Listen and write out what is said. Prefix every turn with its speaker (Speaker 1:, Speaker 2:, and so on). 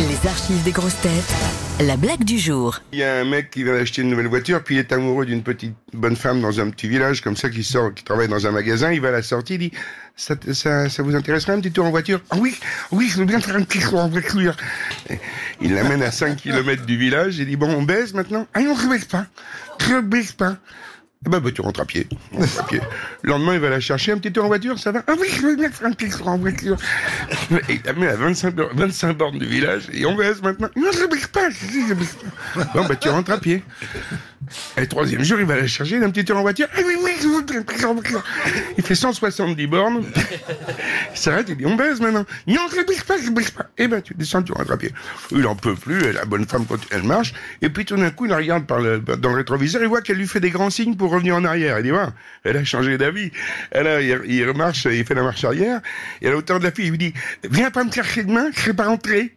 Speaker 1: Les archives des grosses têtes, la blague du jour.
Speaker 2: Il y a un mec qui vient d'acheter une nouvelle voiture, puis il est amoureux d'une petite bonne femme dans un petit village comme ça qui sort, qui travaille dans un magasin. Il va à la sortie, il dit ça, te- ça, ça vous intéresserait un petit tour en voiture Ah oui, oui, je veux bien faire un petit tour en voiture. Et Il l'amène à 5 km du village. Il dit bon, on baisse maintenant Ah non, je baisse pas, je baisse pas. Eh ben, bah, tu rentres à pied. Tu rentres à pied. Le lendemain, il va la chercher un petit tour en voiture, ça va Ah oui, je veux bien faire un petit tour en voiture. Et il la met à 25, bor- 25 bornes du village et on baisse maintenant. Non, je baisse pas, je dis, je baisse pas. Bon, bah, tu rentres à pied. Et le troisième jour, il va la chercher, il a un petit tour en voiture. Ah oui, oui, je veux un petit tour en voiture. Il fait 170 bornes. Il s'arrête, il dit on baise maintenant. Non, je baisse pas, je baisse pas. Eh ben, tu descends, tu rentres à pied. Il en peut plus, et la bonne femme, quand elle marche, et puis tout d'un coup, il la regarde par le, dans le rétroviseur, il voit qu'elle lui fait des grands signes pour revenir en arrière. Il dit, ouais, elle a changé d'avis. Elle a, il, il remarche, il fait la marche arrière, et à la hauteur de la fille, il lui dit, viens pas me chercher demain, je serai pas rentré.